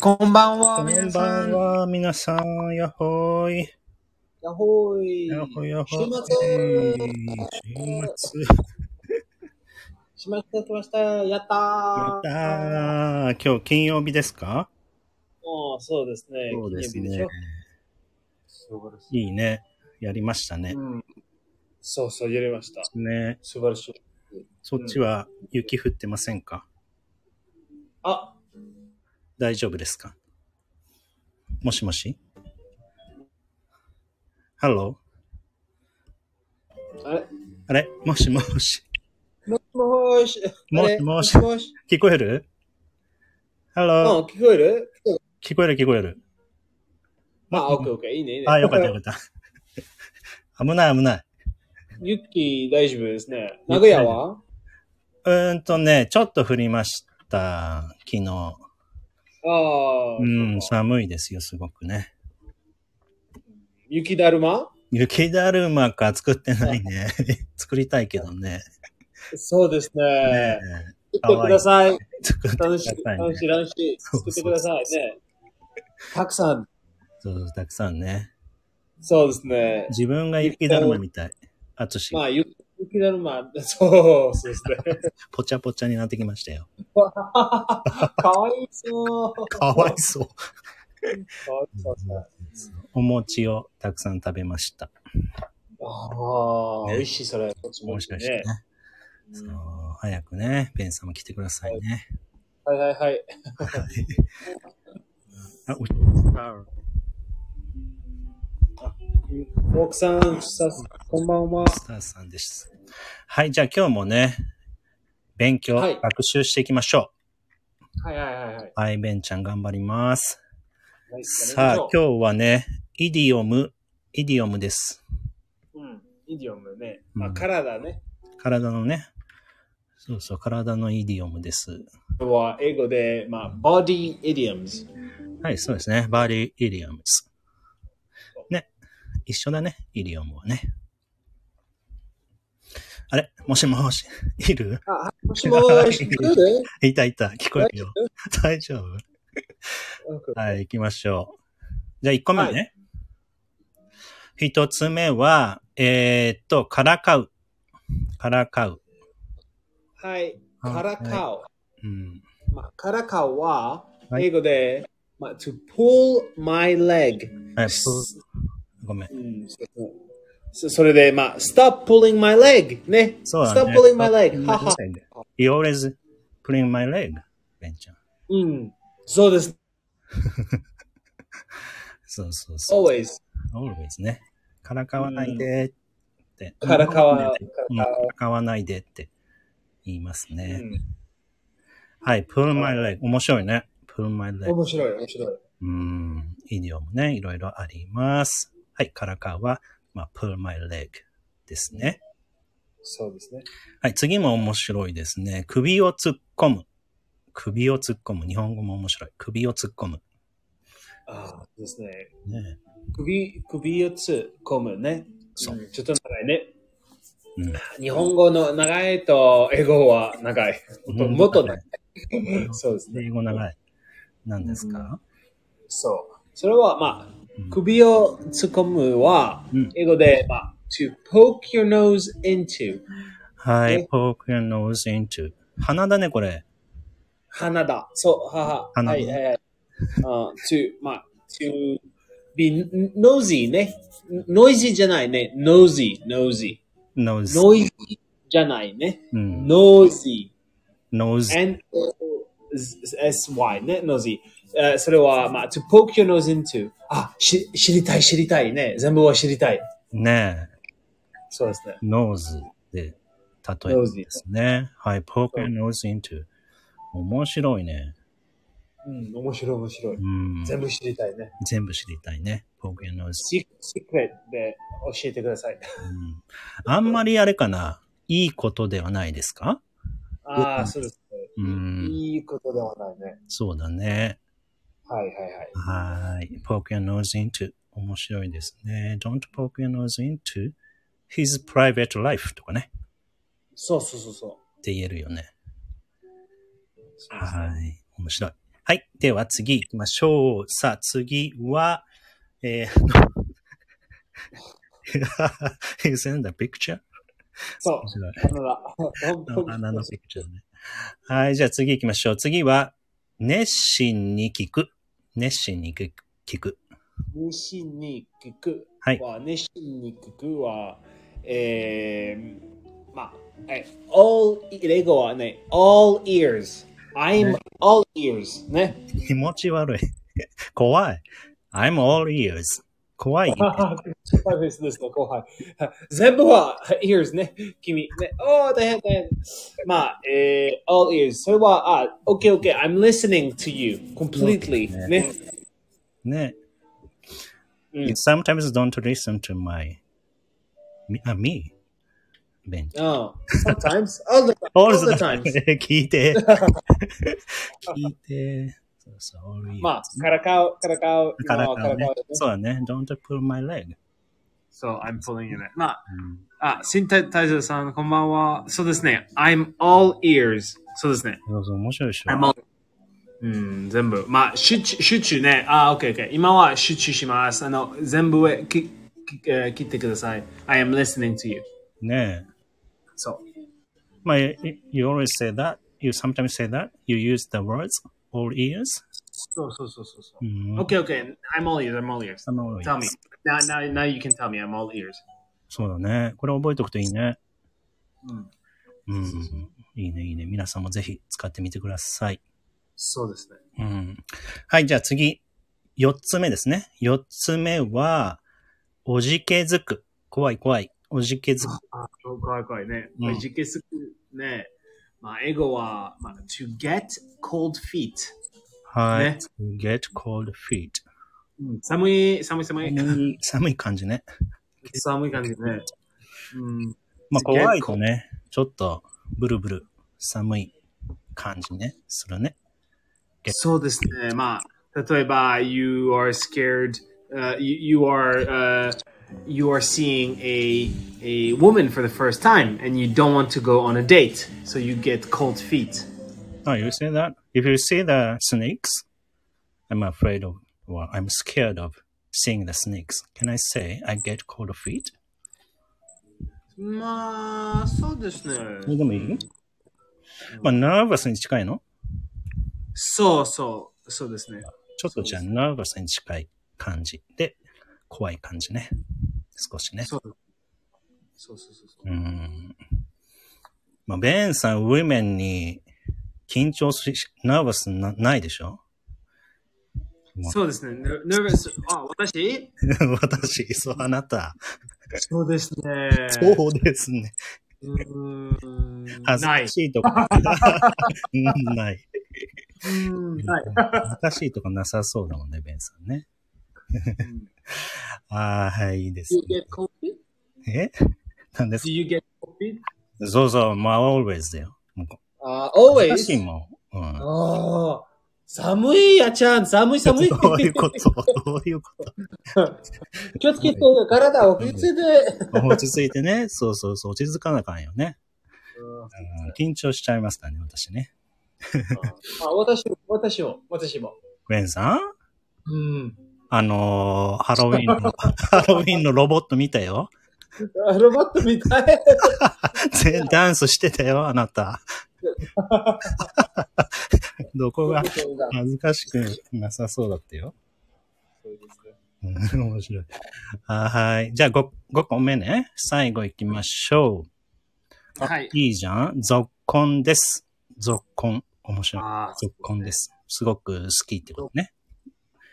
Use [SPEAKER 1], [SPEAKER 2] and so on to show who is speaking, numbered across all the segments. [SPEAKER 1] こんばん
[SPEAKER 2] こ
[SPEAKER 1] は、皆
[SPEAKER 2] んば
[SPEAKER 1] さ
[SPEAKER 2] ん
[SPEAKER 1] ん。
[SPEAKER 2] は、皆さん、やっほーい。
[SPEAKER 3] やっほーい。
[SPEAKER 2] やっほーやっほ
[SPEAKER 3] 週
[SPEAKER 2] ー
[SPEAKER 3] 末、
[SPEAKER 2] い。週末。
[SPEAKER 3] しました、来ました。やった
[SPEAKER 2] や
[SPEAKER 3] ー。
[SPEAKER 2] ったー。今日金曜日ですか
[SPEAKER 3] もう、そうですね。
[SPEAKER 2] そうですね
[SPEAKER 3] 記念日でしょ
[SPEAKER 4] 素晴らしい。
[SPEAKER 2] いいね。やりましたね。
[SPEAKER 3] うん。そうそう、揺れました。
[SPEAKER 2] ね。
[SPEAKER 3] 素晴らしい。
[SPEAKER 2] そっちは雪降ってませんか
[SPEAKER 3] あ、
[SPEAKER 2] 大丈夫ですかもしもし ?Hello?
[SPEAKER 3] あれ
[SPEAKER 2] あれもしもし。
[SPEAKER 3] もしもーし。
[SPEAKER 2] も
[SPEAKER 3] あれ
[SPEAKER 2] もし
[SPEAKER 3] もしもし。
[SPEAKER 2] 聞こえる
[SPEAKER 3] うん、
[SPEAKER 2] ?Hello?
[SPEAKER 3] 聞こえる
[SPEAKER 2] 聞こえる聞こえる。
[SPEAKER 3] あ、オッケーオッケー。いいね、いいね。
[SPEAKER 2] あ、よかったよかった。危ない危ない。
[SPEAKER 3] ユッキー大丈夫ですね。名古屋は
[SPEAKER 2] うーんとね、ちょっと降りました。昨日。
[SPEAKER 3] ああ、
[SPEAKER 2] うん、
[SPEAKER 3] そうか
[SPEAKER 2] 寒いですよ、すごくね。
[SPEAKER 3] 雪だるま
[SPEAKER 2] 雪だるまか作ってないね。 作りたいけどね。
[SPEAKER 3] そうですね
[SPEAKER 2] ね。
[SPEAKER 3] 作ってください。
[SPEAKER 2] え作ってく
[SPEAKER 3] 楽
[SPEAKER 2] だ
[SPEAKER 3] し
[SPEAKER 2] さ
[SPEAKER 3] い、
[SPEAKER 2] い
[SPEAKER 3] 楽しい、
[SPEAKER 2] ね。
[SPEAKER 3] 楽しい。
[SPEAKER 2] そう
[SPEAKER 3] 作ってくださいね。たくさん。
[SPEAKER 2] そう、たくさんね。
[SPEAKER 3] そうですね。
[SPEAKER 2] 自分が雪だるまみたい。あとし
[SPEAKER 3] ま、あ、ゆ雪だるま、 そう、そうですね。
[SPEAKER 2] ぽちゃぽちゃになってきましたよ。
[SPEAKER 3] かわいそう。
[SPEAKER 2] かわいそう。
[SPEAKER 3] かわいそうそう。
[SPEAKER 2] お餅をたくさん食べました。
[SPEAKER 3] ああ、美味しい、それ。
[SPEAKER 2] も
[SPEAKER 3] も
[SPEAKER 2] しかしてね。そう、早くね、ペン様来てくださいね。
[SPEAKER 3] はいはいはい。
[SPEAKER 2] あ、お
[SPEAKER 3] モクさん、さこんばんは。
[SPEAKER 2] スターさんです。はい、じゃあ今日もね、勉強、
[SPEAKER 3] はい
[SPEAKER 2] 学習していきましょ
[SPEAKER 3] はいはいはいはい。
[SPEAKER 2] う。はい、ベンちゃん頑張ります。
[SPEAKER 3] はい
[SPEAKER 2] さあ、今日はね、イディオム、イディオムです。
[SPEAKER 3] うん。イディオムね。ま
[SPEAKER 2] う
[SPEAKER 3] あ、
[SPEAKER 2] ん
[SPEAKER 3] 体ね。
[SPEAKER 2] 体のね、そうそう、体のイディオムです。
[SPEAKER 3] は英語で、まあ、ボディイディオムズ。
[SPEAKER 2] はい、そうですね。バーディイディオムです。ね、一緒だね、イディオムはね。あれもしもし、いる
[SPEAKER 3] あ、もしもーし、聞こえる
[SPEAKER 2] いたいた、聞こえるよ。大丈夫はい、行きましょう。じゃあ1個目
[SPEAKER 3] は
[SPEAKER 2] ね。一、つ目は、えーっと、からかう。からかう。
[SPEAKER 3] はい。
[SPEAKER 2] はい
[SPEAKER 3] からかお。
[SPEAKER 2] うん。
[SPEAKER 3] まあ、からかおは、
[SPEAKER 2] はい
[SPEAKER 3] 英語で、まあ、to pull my leg。
[SPEAKER 2] あごめん。
[SPEAKER 3] うんそそれで、まあ、stop pulling my leg! ね。
[SPEAKER 2] そうだ
[SPEAKER 3] stop
[SPEAKER 2] ね。
[SPEAKER 3] pulling my leg! はは。
[SPEAKER 2] は。You always pulling my leg, ベンちゃん。
[SPEAKER 3] うん。そうです。
[SPEAKER 2] そうそうそう。
[SPEAKER 3] always.
[SPEAKER 2] always ね。からかわないでって。
[SPEAKER 3] からかわ
[SPEAKER 2] うんからかわないでって言います
[SPEAKER 3] う
[SPEAKER 2] ね。
[SPEAKER 3] ん
[SPEAKER 2] はい、pull my leg。面白いね。pull my leg。
[SPEAKER 3] 面白い、面白い。
[SPEAKER 2] うん、イディオムね、いろいろあります。はい、からかは、まあ、pull my leg ですね。
[SPEAKER 3] そうですね。
[SPEAKER 2] はい、次も面白いですね。首を突っ込む。首を突っ込む。日本語も面白い。首を突っ込む。
[SPEAKER 3] ああ、ですね。
[SPEAKER 2] ね
[SPEAKER 3] 首、首を突っ込むね。
[SPEAKER 2] そう
[SPEAKER 3] うんちょっと長いね。
[SPEAKER 2] うん
[SPEAKER 3] 日本語の長いと英語は長い。もっと長い。そうですね。
[SPEAKER 2] 英語長い。何ですか、
[SPEAKER 3] そう。それは、ま
[SPEAKER 2] うん
[SPEAKER 3] あ、首を突っ込むは
[SPEAKER 2] うん、
[SPEAKER 3] 英語で、まあ、to poke your nose into
[SPEAKER 2] はい
[SPEAKER 3] ね、
[SPEAKER 2] poke your nose into. 鼻だね、これ。
[SPEAKER 3] 鼻だ。そう、はは。
[SPEAKER 2] 鼻
[SPEAKER 3] はい、はいはい。あ to, まあ、to be nosy ね。noisy じゃないね。nosy, nosy.
[SPEAKER 2] nose.
[SPEAKER 3] noisy じゃないね。
[SPEAKER 2] うん、
[SPEAKER 3] noisy.
[SPEAKER 2] nose.
[SPEAKER 3] N-O-S-Y ね、nosy。えーそれは、まあ、to poke your nose into。あ、し知りたい、知りたいね。全部は知りたい。
[SPEAKER 2] ねえ、
[SPEAKER 3] そうですね。
[SPEAKER 2] nose で例えるんですね。はい、poke your nose into. 面白いね。
[SPEAKER 3] うん。
[SPEAKER 4] 面白い面白い。
[SPEAKER 2] うん。
[SPEAKER 4] 全部知りたいね。
[SPEAKER 2] 全部知りたいね。僕の、うん。
[SPEAKER 3] シシクレットで教えてください。
[SPEAKER 2] あんまりあれかな。いいことではないですか
[SPEAKER 3] ああ、そうですね。
[SPEAKER 2] うん。
[SPEAKER 4] いいことではないね。
[SPEAKER 2] そうだね。
[SPEAKER 4] はいはいはい。
[SPEAKER 2] はい。poke your nose into. 面白いですね。don't poke your nose into his private life とかね。
[SPEAKER 3] そうそうそうそ
[SPEAKER 2] って言えるよね。
[SPEAKER 3] う。そうですね
[SPEAKER 2] はい。面白い。はい。では次行きましょう。さあ次は、 えー、Is in the picture?
[SPEAKER 3] そう
[SPEAKER 2] 面。白い。
[SPEAKER 3] カナ ダ。本当に
[SPEAKER 2] 穴のピクチャーね。はい。じゃあ次行きましょう。次は、熱心に聞く。熱心に聞く。聞く
[SPEAKER 3] 熱心に聞く
[SPEAKER 2] はい
[SPEAKER 3] は、熱心に聞くは、えー、まあ、はい、all、レゴはね、all ears。I'm all ears。ね。
[SPEAKER 2] 気持ち悪い。怖い。I'm all ears. 怖い。
[SPEAKER 3] 先輩ですですね、後輩。 全部は ears ね、君。ね、おー、大変、大変。まあ、えー、all ears。それは、あ、OK, OK, I'm listening to you completely.
[SPEAKER 2] そうですね
[SPEAKER 3] ね。
[SPEAKER 2] ね。
[SPEAKER 3] うん
[SPEAKER 2] You sometimes don't listen to my, me, あ me. ベン
[SPEAKER 3] Oh, sometimes, all the time. All the time.
[SPEAKER 2] 聞いて。聞いて。そうそう。all ears
[SPEAKER 3] まあ、からかう、からかう、
[SPEAKER 2] から
[SPEAKER 3] 今は
[SPEAKER 2] かね
[SPEAKER 3] う。
[SPEAKER 2] そうだね。don't pull my leg.
[SPEAKER 3] So, I'm pulling you ね。まあ、
[SPEAKER 2] うん
[SPEAKER 3] あ、新体大将さん、こんばんは。そうですね。I'm all ears. そうですね。
[SPEAKER 2] そうそう、面白いでしょ。
[SPEAKER 3] I'm all うん、全部。まあ、集中、集中ね。あ、OK、OK。今は集中します。あの、全部へきき、えー切ってください。I am listening to you.
[SPEAKER 2] ねえ。
[SPEAKER 3] そう。
[SPEAKER 2] まあ、you you always say that. You sometimes say that. You use the words all ears.
[SPEAKER 3] そうそうそうそうそうう。
[SPEAKER 2] ん
[SPEAKER 3] OK、OK。I'm all ears. I'm all ears.
[SPEAKER 2] I'm all ears.
[SPEAKER 3] Tell me. Now, now, now you can tell me. I'm all ears.
[SPEAKER 2] そうだね。これ覚えておくといいね。
[SPEAKER 3] うん。
[SPEAKER 2] うん。いいね、いいね。皆さんもぜひ使ってみてください。
[SPEAKER 3] そうですね。
[SPEAKER 2] うん。はい、じゃあ次。四つ目ですね。四つ目は、おじけづく。怖い怖い。おじけづく。
[SPEAKER 3] あ、怖い怖いね。
[SPEAKER 2] うん
[SPEAKER 3] じけすくね。まあ、英語は、まあ、to get cold feet。
[SPEAKER 2] はい。
[SPEAKER 3] ね
[SPEAKER 2] get cold feet.
[SPEAKER 3] うん寒い、寒い、寒い。
[SPEAKER 2] 寒い感じね。
[SPEAKER 3] 寒い感じね。うん。
[SPEAKER 2] まあ
[SPEAKER 3] Get
[SPEAKER 2] 怖いとね、ちょっとブルブル寒い感じね、するね。Get-
[SPEAKER 3] そうですね。まあ、例えば、you are scared,、uh, you, you are,、uh, you are seeing a, a woman for the first time and you don't want to go on a date. So you get cold feet.
[SPEAKER 2] Oh, you say that? If you see the snakes, I'm afraid of, well, I'm scared of seeing the snakes. Can I say I get cold feet?
[SPEAKER 3] まあ、そうですね。
[SPEAKER 2] それでもいいまあ、ナーバスに近いの
[SPEAKER 3] そうそう、そうですね。
[SPEAKER 2] ちょっとじゃあ、ナーバスに近い感じで、怖い感じね。少しね。
[SPEAKER 3] そうそうそうそうそう
[SPEAKER 2] う。ん。まあ、ベンさん、ウィメンに緊張し、ナーバスなないでしょ
[SPEAKER 3] そうですね。ネーバス、あ、私
[SPEAKER 2] 私、そう、あなた。
[SPEAKER 3] そうですね。
[SPEAKER 2] そうですね。
[SPEAKER 3] うーん。
[SPEAKER 2] 恥ず
[SPEAKER 3] ない
[SPEAKER 2] か。しいとか。 うんない。
[SPEAKER 3] うんない。
[SPEAKER 2] 恥ずかしいとかなさそうだもんね、ベンさんね。ああ、はい、いいです、
[SPEAKER 3] Do you get cold feet?
[SPEAKER 2] ね。えなんです
[SPEAKER 3] Do you get cold feet?
[SPEAKER 2] そうそう、まあ、always だよ。もう
[SPEAKER 3] Uh,
[SPEAKER 2] 恥ずかしい
[SPEAKER 3] always.
[SPEAKER 2] もん。うん。
[SPEAKER 3] ああ。寒いやちゃん、寒い寒い。
[SPEAKER 2] どういうことどういうこと
[SPEAKER 3] 気をつけて、体を落ち着いて。
[SPEAKER 2] 落ち着いてね。そうそうそう、落ち着かなあかんよね。うん緊張しちゃいますからね、私ね。
[SPEAKER 3] あ私も、私も、私も。
[SPEAKER 2] ベンさん
[SPEAKER 3] うん。
[SPEAKER 2] あのーハロウィン の、ハロウィンのロボット見たよ。
[SPEAKER 3] あロボットみたい。
[SPEAKER 2] 全 ダンスしてたよ、あなた。 どこが
[SPEAKER 3] そうだ
[SPEAKER 2] 恥ずかしくなさそうだったよ。
[SPEAKER 3] そうですね
[SPEAKER 2] うん面白い。あはい。じゃあ 5, 5個目ね。最後行きましょう。あ
[SPEAKER 3] はい
[SPEAKER 2] いいじゃん。続婚です。続婚。面白い。
[SPEAKER 3] ああ
[SPEAKER 2] 続婚です。すごく好きってことね。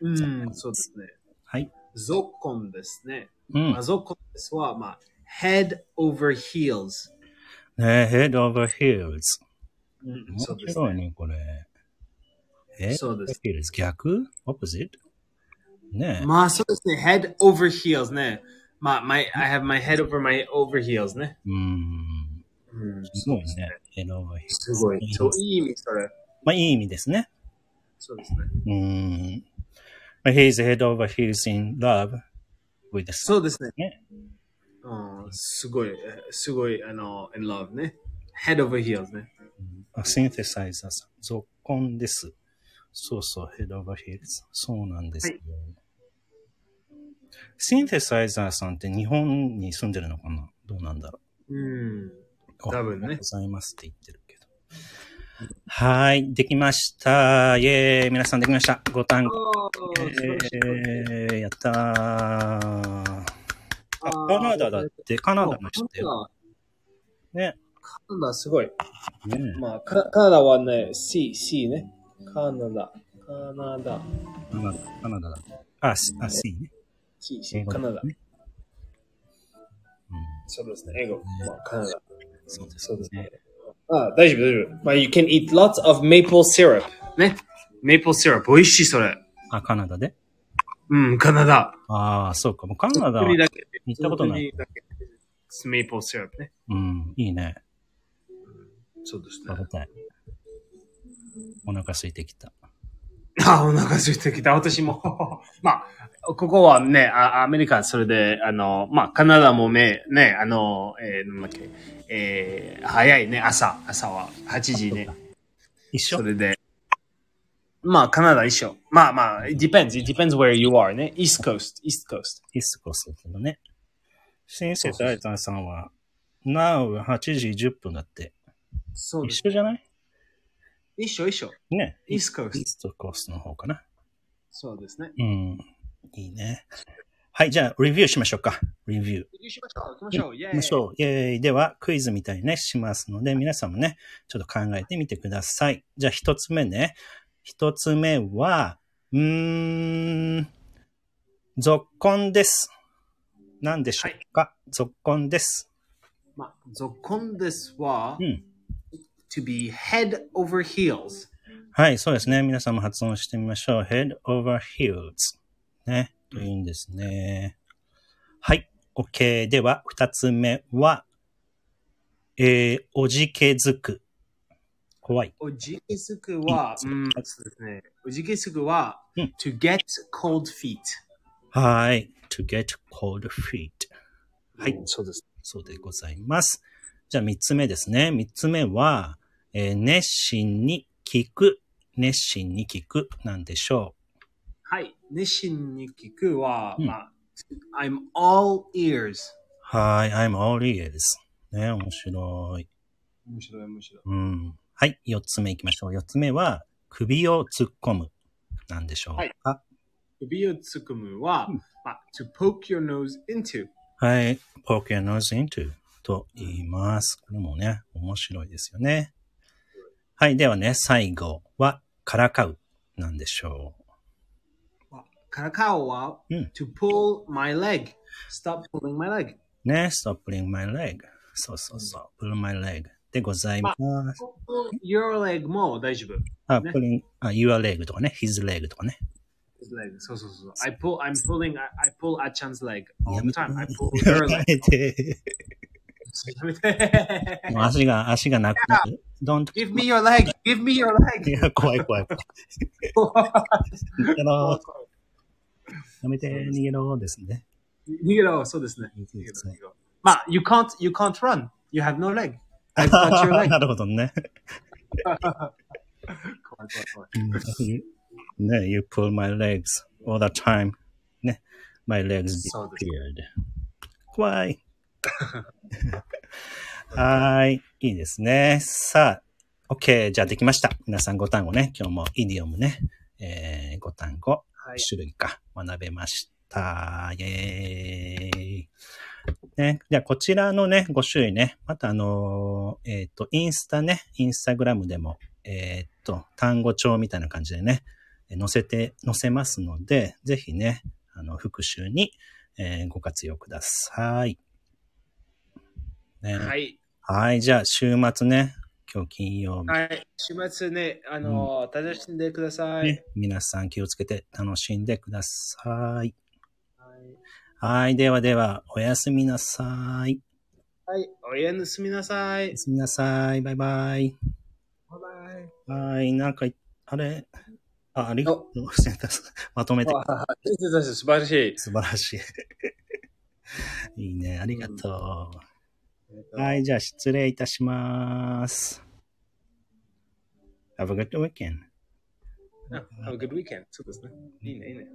[SPEAKER 3] うん、そうですね。
[SPEAKER 2] はい。
[SPEAKER 3] ゾッコンですね。
[SPEAKER 2] うん
[SPEAKER 3] まあ、。ゾッコンですは、まあ、head over heels。
[SPEAKER 2] ね head over heels。
[SPEAKER 3] うん、
[SPEAKER 2] 面
[SPEAKER 3] そうです
[SPEAKER 2] 白い
[SPEAKER 3] ね。
[SPEAKER 2] ね、これ。え
[SPEAKER 3] そうです。
[SPEAKER 2] heels 逆 ?opposite? ねえ。
[SPEAKER 3] まあそうですね。head over heels ね。まあ、my, I have my head over my over heels ね。
[SPEAKER 2] うん。
[SPEAKER 4] うん。
[SPEAKER 2] すごいね。head over heels
[SPEAKER 4] すごい。
[SPEAKER 3] そう、いい意味、それ。
[SPEAKER 2] まあ、いい意味ですね。
[SPEAKER 3] そうですね。
[SPEAKER 2] うん。まあ、he's head over heels in love with the
[SPEAKER 3] そうですね。
[SPEAKER 2] ね
[SPEAKER 3] うん、すごい、えすごい、あの、in love ね。head over heels ね。
[SPEAKER 2] あシンセサイザーさん、続婚です。そうそう、ヘッドオーバーヒールズ。そうなんですよ。シンセサイザーさんって日本に住んでるのかなどうなんだろ
[SPEAKER 3] うん。
[SPEAKER 2] う。
[SPEAKER 3] 多分ね
[SPEAKER 2] おはようございますって言ってるけど。はい、できました。イェーイ、皆さんできました。ご単語。
[SPEAKER 3] Oh,
[SPEAKER 2] えー、やったー。あ、
[SPEAKER 3] Oh,
[SPEAKER 2] カナダだって、カナダの人だよ。ね。
[SPEAKER 3] カナダすごい。
[SPEAKER 2] ね
[SPEAKER 3] まあ、カカナダはね、C、C ね。カナダ。カナダ。
[SPEAKER 2] カナダ、カナダだ。あ、しあ、シーね。
[SPEAKER 3] C、C、カナダ。
[SPEAKER 2] ね。
[SPEAKER 4] そうですね。英語。まあ、カナダ。
[SPEAKER 2] そうです
[SPEAKER 4] そうですね
[SPEAKER 2] ね。
[SPEAKER 4] あ、大丈夫、大丈夫。
[SPEAKER 3] まあ、you can eat lots of maple syrup. ね。maple syrup。美味しい、それ。
[SPEAKER 2] あ、カナダで
[SPEAKER 3] うん、カナダ。
[SPEAKER 2] ああ、そうか。もうカナダは
[SPEAKER 3] 国だけ。
[SPEAKER 2] 行ったことない。
[SPEAKER 3] 国だけ。maple syrup ね。
[SPEAKER 2] うん、いいね。
[SPEAKER 3] そうですね
[SPEAKER 2] 食。べたい。お腹空いてきた。
[SPEAKER 3] あ、お腹空いてきた。私も。 まあ、ここはね、あアメリカ、それで、あの、まあ、カナダもね、ね、あの、えー、なんだっけ、えー、早いね、朝、朝は、8時ね。
[SPEAKER 2] 一緒
[SPEAKER 3] それで。まあ、カナダ一緒。まあまあ、it depends, it depends where you are ね。East Coast, East Coast.
[SPEAKER 2] イスコスだね。シンセタイザーさんは、Now 8時10分だって。
[SPEAKER 3] そ
[SPEAKER 2] 一緒じゃない
[SPEAKER 3] 一緒一緒。
[SPEAKER 2] ね。
[SPEAKER 3] East Coast.
[SPEAKER 2] イストコースの方かな。
[SPEAKER 3] そうですね。
[SPEAKER 2] うん。いいね。はい、じゃあ、レビューしましょうか。レビュー。
[SPEAKER 3] 行きましょう、行きましょう、イェーイ。
[SPEAKER 2] ましょう。イェーイでは、クイズみたいにね、しますので、皆さんもね、ちょっと考えてみてください。じゃあ、一つ目ね。一つ目は、うーん、続婚です。何でしょうか、続婚です。
[SPEAKER 3] まあ、続婚ですは、
[SPEAKER 2] うん。
[SPEAKER 3] to be head over heels.
[SPEAKER 2] はい、そうですね。皆さんも発音してみましょう。head over heels。ね。というんですね。はい。OK。では、二つ目は、えー、おじけづく。怖い。
[SPEAKER 3] おじけすくは、
[SPEAKER 2] う
[SPEAKER 3] うんん、そうですね。おじけすくは、
[SPEAKER 2] うん
[SPEAKER 3] to get cold feet。
[SPEAKER 2] はい。to get cold feet. はい。
[SPEAKER 4] そうです。
[SPEAKER 2] そうでございます。じゃあ三つ目ですね。三つ目は、えー熱心に聞く。熱心に聞く。なんでしょ
[SPEAKER 3] はい。熱心に聞くは、
[SPEAKER 2] うん
[SPEAKER 3] まあ、I'm all ears。
[SPEAKER 2] う。はい。I'm all ears. ね、面白い。
[SPEAKER 3] 面白い、面白い。
[SPEAKER 2] うん。はい。四つ目行きましょう。四つ目は、首を突っ込む。なんでしょう
[SPEAKER 3] はい
[SPEAKER 2] か。
[SPEAKER 3] 首をつくむは、
[SPEAKER 2] うん
[SPEAKER 3] まあ、to poke your nose into。
[SPEAKER 2] はい。poke your nose into と言います。これもね、面白いですよね。はい。ではね、最後は、からかう。なんでしょう。
[SPEAKER 3] まあからかおは、
[SPEAKER 2] うん
[SPEAKER 3] to pull my leg。stop pulling my leg。
[SPEAKER 2] ね、stop pulling my leg. そうそうそう、pull my leg でございます。
[SPEAKER 3] pull your leg も大丈夫。
[SPEAKER 2] あ、
[SPEAKER 3] ね
[SPEAKER 2] pulling, あ、your leg とかね、his leg とかね。
[SPEAKER 3] leg. そうそうそう。I pull, I'm pulling, I, I pull Achan's leg
[SPEAKER 2] や
[SPEAKER 3] all
[SPEAKER 2] め
[SPEAKER 3] the
[SPEAKER 2] て
[SPEAKER 3] time. I pull your leg.
[SPEAKER 2] て。
[SPEAKER 3] やめて
[SPEAKER 2] もう足が、足がなくなる。don't,
[SPEAKER 3] Give me your leg! Give me your
[SPEAKER 2] い
[SPEAKER 3] leg!
[SPEAKER 2] や、怖い怖い。 やめろ、やめて、逃げろですね。
[SPEAKER 3] 逃げろ、そうですね。
[SPEAKER 2] 逃
[SPEAKER 3] 逃
[SPEAKER 2] げ
[SPEAKER 3] げ
[SPEAKER 2] ろ
[SPEAKER 3] ろ逃げろまあ、you can't, you can't run. You have no leg. I've got your leg.
[SPEAKER 2] なるほどね。
[SPEAKER 3] 怖い怖い怖い
[SPEAKER 2] ね、you pull my legs all the time. ね、my legs
[SPEAKER 3] そうです
[SPEAKER 2] disappeared. 怖い。はーい。いいですね。さあ、OK。じゃあできました。皆さん5単語ね。今日もイディオムね。えー、5単語、
[SPEAKER 3] はい
[SPEAKER 2] 種類か、学べました。イェーイ。ね。じゃあ、こちらのね、5種類ね。また、あのーえっ、と、インスタね、インスタグラムでも、えっ、と、単語帳みたいな感じでね、え載せて、載せますので、ぜひね、あの、復習に、えーご活用ください。ね、
[SPEAKER 3] はい。
[SPEAKER 2] はい、じゃあ週末ね、今日金曜日。
[SPEAKER 3] はい。週末ね、あの、楽しんでください。
[SPEAKER 2] ね、皆さん気をつけて楽しんでください。
[SPEAKER 3] はい。
[SPEAKER 2] はい。ではでは、おやすみなさい。
[SPEAKER 3] はい。おやすみなさ
[SPEAKER 2] お
[SPEAKER 3] い
[SPEAKER 2] や。すみなさい。バイバイ。
[SPEAKER 3] バイバイ。
[SPEAKER 2] はい。なんか、あれ、あ、ありが
[SPEAKER 3] Oh,
[SPEAKER 2] とうございます。まとめ て
[SPEAKER 4] 先生たち素晴らしい。
[SPEAKER 2] 素晴らしい。 いいね。ありがとう。はい。じゃあ、失礼いたします。Have a good weekend.
[SPEAKER 3] Ah, Have a good weekend. そうですね。いいね、いいね。